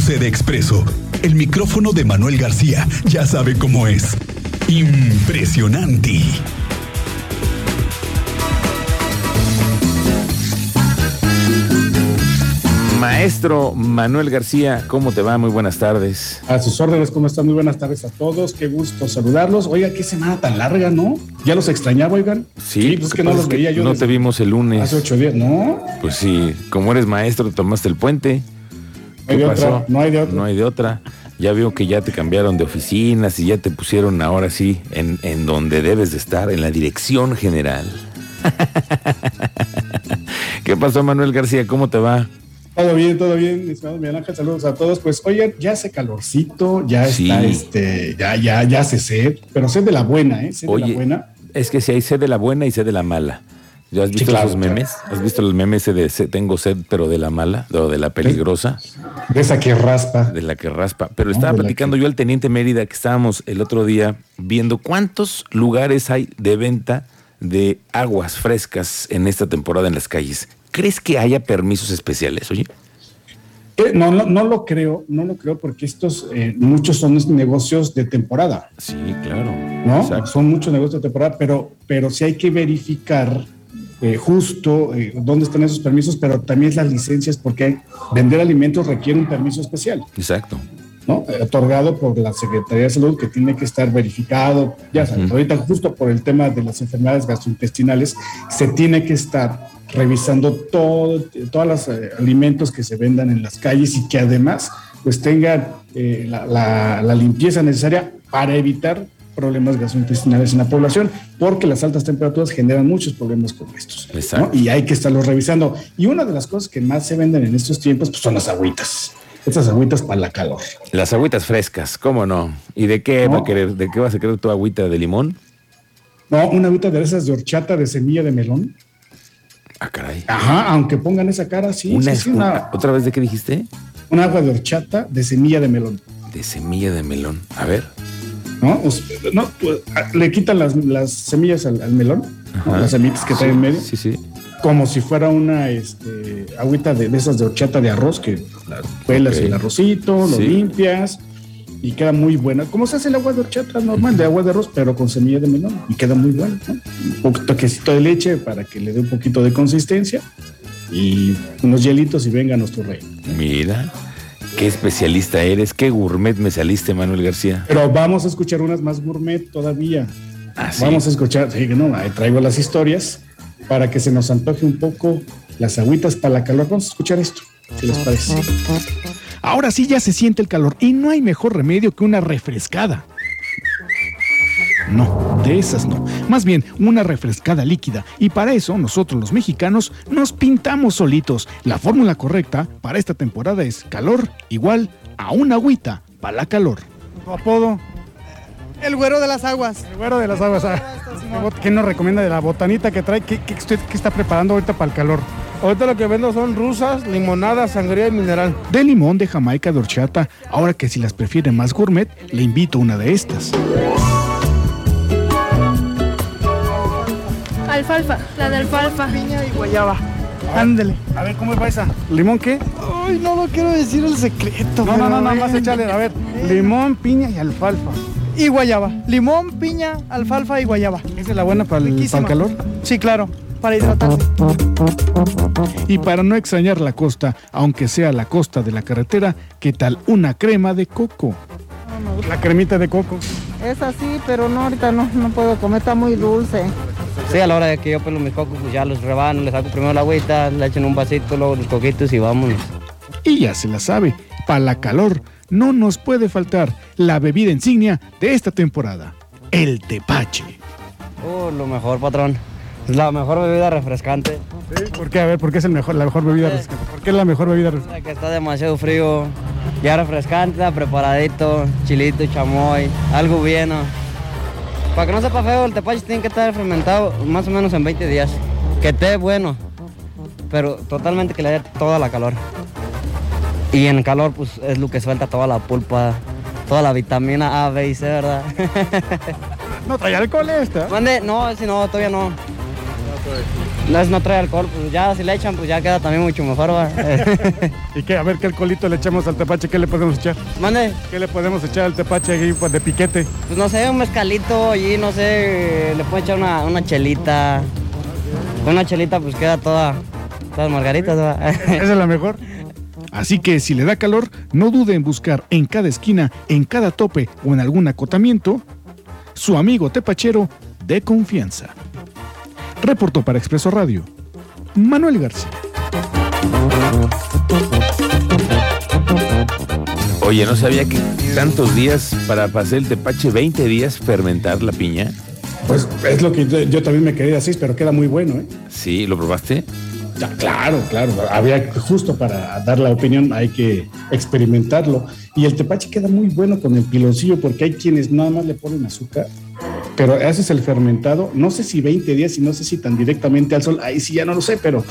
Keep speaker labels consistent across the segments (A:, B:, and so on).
A: Sede Expreso. El micrófono de Manuel García ya sabe cómo es. Impresionante.
B: Maestro Manuel García, ¿cómo te va? Muy buenas tardes.
C: A sus órdenes, ¿cómo están? Muy buenas tardes a todos. Qué gusto saludarlos. Oiga, qué semana tan larga, ¿no? Ya los extrañaba, oigan.
B: Sí,
C: pues es que no los veía yo.
B: No
C: desde
B: te vimos el lunes.
C: Hace ocho días, ¿no?
B: Pues sí, como eres maestro, tomaste el puente.
C: No
B: ¿Qué
C: hay de
B: pasó?
C: otra, no hay de otra.
B: No hay de otra. Ya veo que ya te cambiaron de oficinas y ya te pusieron ahora sí en, en donde debes de estar, en la dirección general. ¿Qué pasó, Manuel García? ¿Cómo te va?
C: Todo bien, todo bien, mi estimado Miguel Ángel, saludos a todos. Pues oigan, ya hace calorcito, ya
B: Sí.
C: está este, ya, ya, ya hace sed, pero sed de la buena, ¿eh? Sed de
B: Oye,
C: la buena.
B: Es que si hay sed de la buena y sed de la mala. ¿Ya has visto
C: claro,
B: esos memes? ¿Has visto los memes ese de se- tengo sed, pero de la mala, o de la peligrosa,
C: De esa que raspa.
B: de la que raspa? Pero
C: No,
B: estaba
C: de la
B: platicando yo al teniente Mérida que estábamos el otro día viendo cuántos lugares hay de venta de aguas frescas en esta temporada en las calles. ¿Crees que haya permisos especiales? Oye,
C: Eh, no, no, no lo creo, no lo creo porque estos, eh, muchos son negocios de temporada.
B: sí, claro.
C: ¿no?
B: Exacto.
C: Son muchos negocios de temporada, pero, pero sí hay que verificar eh, justo eh, dónde están esos permisos, pero también las licencias, porque vender alimentos requiere un permiso especial,
B: Exacto.
C: ¿no? Eh, Otorgado por la Secretaría de Salud, que tiene que estar verificado, ya sabes,
B: Ujú.
C: ahorita justo por el tema de las enfermedades gastrointestinales, se tiene que estar revisando todo, todos los eh, alimentos que se vendan en las calles y que además pues tengan eh, la, la- la limpieza necesaria para evitar problemas gastrointestinales en la población, porque las altas temperaturas generan muchos problemas como estos. ¿no?
B: Exacto.
C: Y hay que estarlos revisando. Y una de las cosas que más se venden en estos tiempos pues, son las agüitas. Estas agüitas para la calor.
B: Las agüitas frescas, ¿cómo no? ¿Y de qué
C: No.
B: va a querer? ¿De qué vas a querer tu agüita de limón?
C: No, una agüita de esas de horchata de semilla de melón.
B: Ah, caray.
C: Ajá, aunque pongan esa cara, sí.
B: Una,
C: sí, sí, una,
B: ¿Otra vez de qué dijiste?
C: un agua de horchata de semilla de melón.
B: De semilla de melón. A ver.
C: ¿no? O sea, no, tú, ah, le quitan las, las semillas al, al melón, ¿no?
B: Ajá.
C: las semillitas que traen en medio,
B: Sí, sí.
C: como si fuera una este, agüita de, de esas de horchata de arroz que las pelas
B: Ok.
C: el arrocito, lo
B: Sí.
C: limpias y queda muy buena. Como se hace el agua de horchata normal, de agua de arroz, pero con semilla de melón y queda muy buena. ¿no? Un poquito quesito de leche para que le dé un poquito de consistencia y unos hielitos y venga nuestro rey.
B: Mira. Qué especialista eres. Qué gourmet me saliste, Manuel García.
C: Pero vamos a escuchar unas más gourmet todavía.
D: Ah,
B: Así.
C: Vamos a escuchar, Ah, sí, no, ahí traigo las historias para que se nos antoje un poco las agüitas para la calor. Vamos a escuchar esto, si les parece.
D: Ahora sí ya se siente el calor y no hay mejor remedio que una refrescada. No, de esas no. Más bien, una refrescada líquida. Y para eso nosotros los mexicanos nos pintamos solitos. La fórmula correcta para esta temporada es calor igual a una agüita para la calor.
E: Tu apodo,
F: El güero de las aguas.
E: el güero de las aguas. ah. ¿Qué nos recomienda de la botanita que trae? ¿Qué, qué usted- qué está preparando ahorita para el calor?
F: Ahorita lo que vendo son rusas, limonadas, sangría y mineral.
D: De limón, de jamaica, de horchata. Ahora que si las prefiere más gourmet, le invito una de estas.
G: Alfalfa, la de alfalfa.
F: Piña y guayaba. Ándele.
E: A ver, ¿cómo es esa? ¿Limón qué?
F: Ay, no lo quiero decir el secreto.
E: No, no, no, nada
F: pero,
E: más
F: eh.
E: échale. A ver, limón, piña y alfalfa.
F: Y guayaba. Limón, piña, alfalfa y guayaba.
E: ¿Esa es la buena para el, para el
F: Riquísima.
E: calor?
F: Sí, claro, para hidratarse.
D: Y para no extrañar la costa, aunque sea la costa de la carretera, ¿qué tal una crema de coco?
E: La cremita de coco.
H: Es así, pero no, ahorita no, no puedo comer, está muy dulce.
I: Sí, a la hora de que yo pelo mis cocos, pues ya los rebano, les saco primero la agüita, le echo en un vasito, luego los coquitos y vámonos.
D: Y ya se la sabe, para la calor no nos puede faltar la bebida insignia de esta temporada, el tepache.
I: Oh, lo mejor, patrón. Es la mejor bebida refrescante.
E: ¿Por qué? A ver, ¿por qué es el mejor, la mejor bebida refrescante? ¿Por qué es la mejor bebida refrescante?
I: La que está demasiado frío, ya refrescante, está preparadito, chilito, chamoy, algo bien. ¿no? Para que no sepa feo, el tepache tiene que estar fermentado más o menos en 20 días. Que esté bueno, pero totalmente que le dé toda la calor. Y en calor, pues es lo que suelta toda la pulpa, toda la vitamina A, B y C, ¿verdad?
E: No trae alcohol esta.
I: Mande, no, si no, todavía no. No es no trae alcohol, pues ya si le echan, pues ya queda también mucho mejor, va.
E: ¿Y qué? A ver, ¿qué alcoholito le echamos al tepache? ¿Qué le podemos echar?
I: Mande,
E: ¿Qué le podemos echar al tepache ahí, pues, de piquete?
I: pues no sé, un mezcalito allí, no sé, le pueden echar una, una chelita. Una chelita pues queda toda, todas margaritas, va.
E: ¿Esa es la mejor?
D: Así que si le da calor, no dude en buscar en cada esquina, en cada tope o en algún acotamiento, su amigo tepachero de confianza. Reportó para Expreso Radio, Manuel García.
B: Oye, no sabía que tantos días para pasar el tepache, 20 días fermentar la piña.
C: Pues es lo que yo, yo también me quería decir, pero queda muy bueno, ¿eh?
B: Sí, ¿lo probaste?
C: Ya, claro, claro. Había justo para dar la opinión, hay que experimentarlo. Y el tepache queda muy bueno con el piloncillo porque hay quienes nada más le ponen azúcar, pero haces el fermentado, no sé si 20 días y no sé si tan directamente al sol, ahí sí ya no lo sé, pero,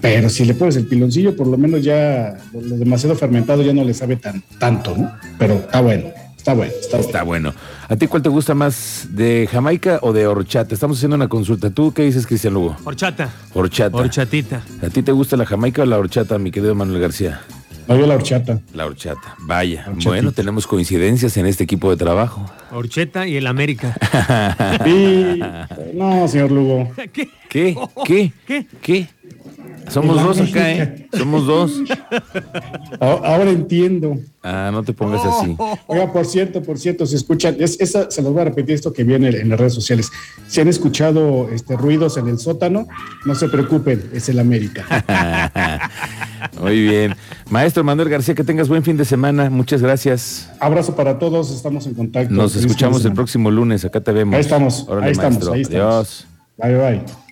C: pero si le pones el piloncillo, por lo menos ya lo lo demasiado fermentado ya no le sabe tan, tanto, ¿no? Pero está bueno, está bueno, está bueno.
B: Está bueno. ¿A ti cuál te gusta más, de Jamaica o de horchata? Estamos haciendo una consulta. ¿Tú qué dices, Cristian Lugo?
J: Horchata.
B: Horchata.
J: Horchatita.
B: ¿A ti te gusta la Jamaica o la horchata, mi querido Manuel García?
C: No vio la horchata.
B: La horchata. Vaya. Bueno, tenemos coincidencias en este equipo de trabajo.
J: Horcheta y el América.
C: Sí. No, señor Lugo.
J: ¿Qué?
B: ¿Qué? ¿Qué?
J: ¿Qué?
B: ¿Qué? Somos dos acá, ¿eh? Somos dos.
C: A- Ahora entiendo.
B: Ah, no te pongas así.
C: Oiga, por cierto, por cierto, si escuchan, es- esa, se los voy a repetir esto que viene en las redes sociales. Si han escuchado este, ruidos en el sótano, no se preocupen, es el América.
B: Muy bien. Maestro Manuel García, que tengas buen fin de semana. Muchas gracias.
C: Abrazo para todos, estamos en contacto.
B: Nos
C: Pues, Feliz
B: escuchamos
C: fin
B: el
C: de semana.
B: próximo lunes. Acá te vemos.
C: Ahí estamos, ahí estamos, ahí
B: Adiós.
C: estamos. Bye, bye.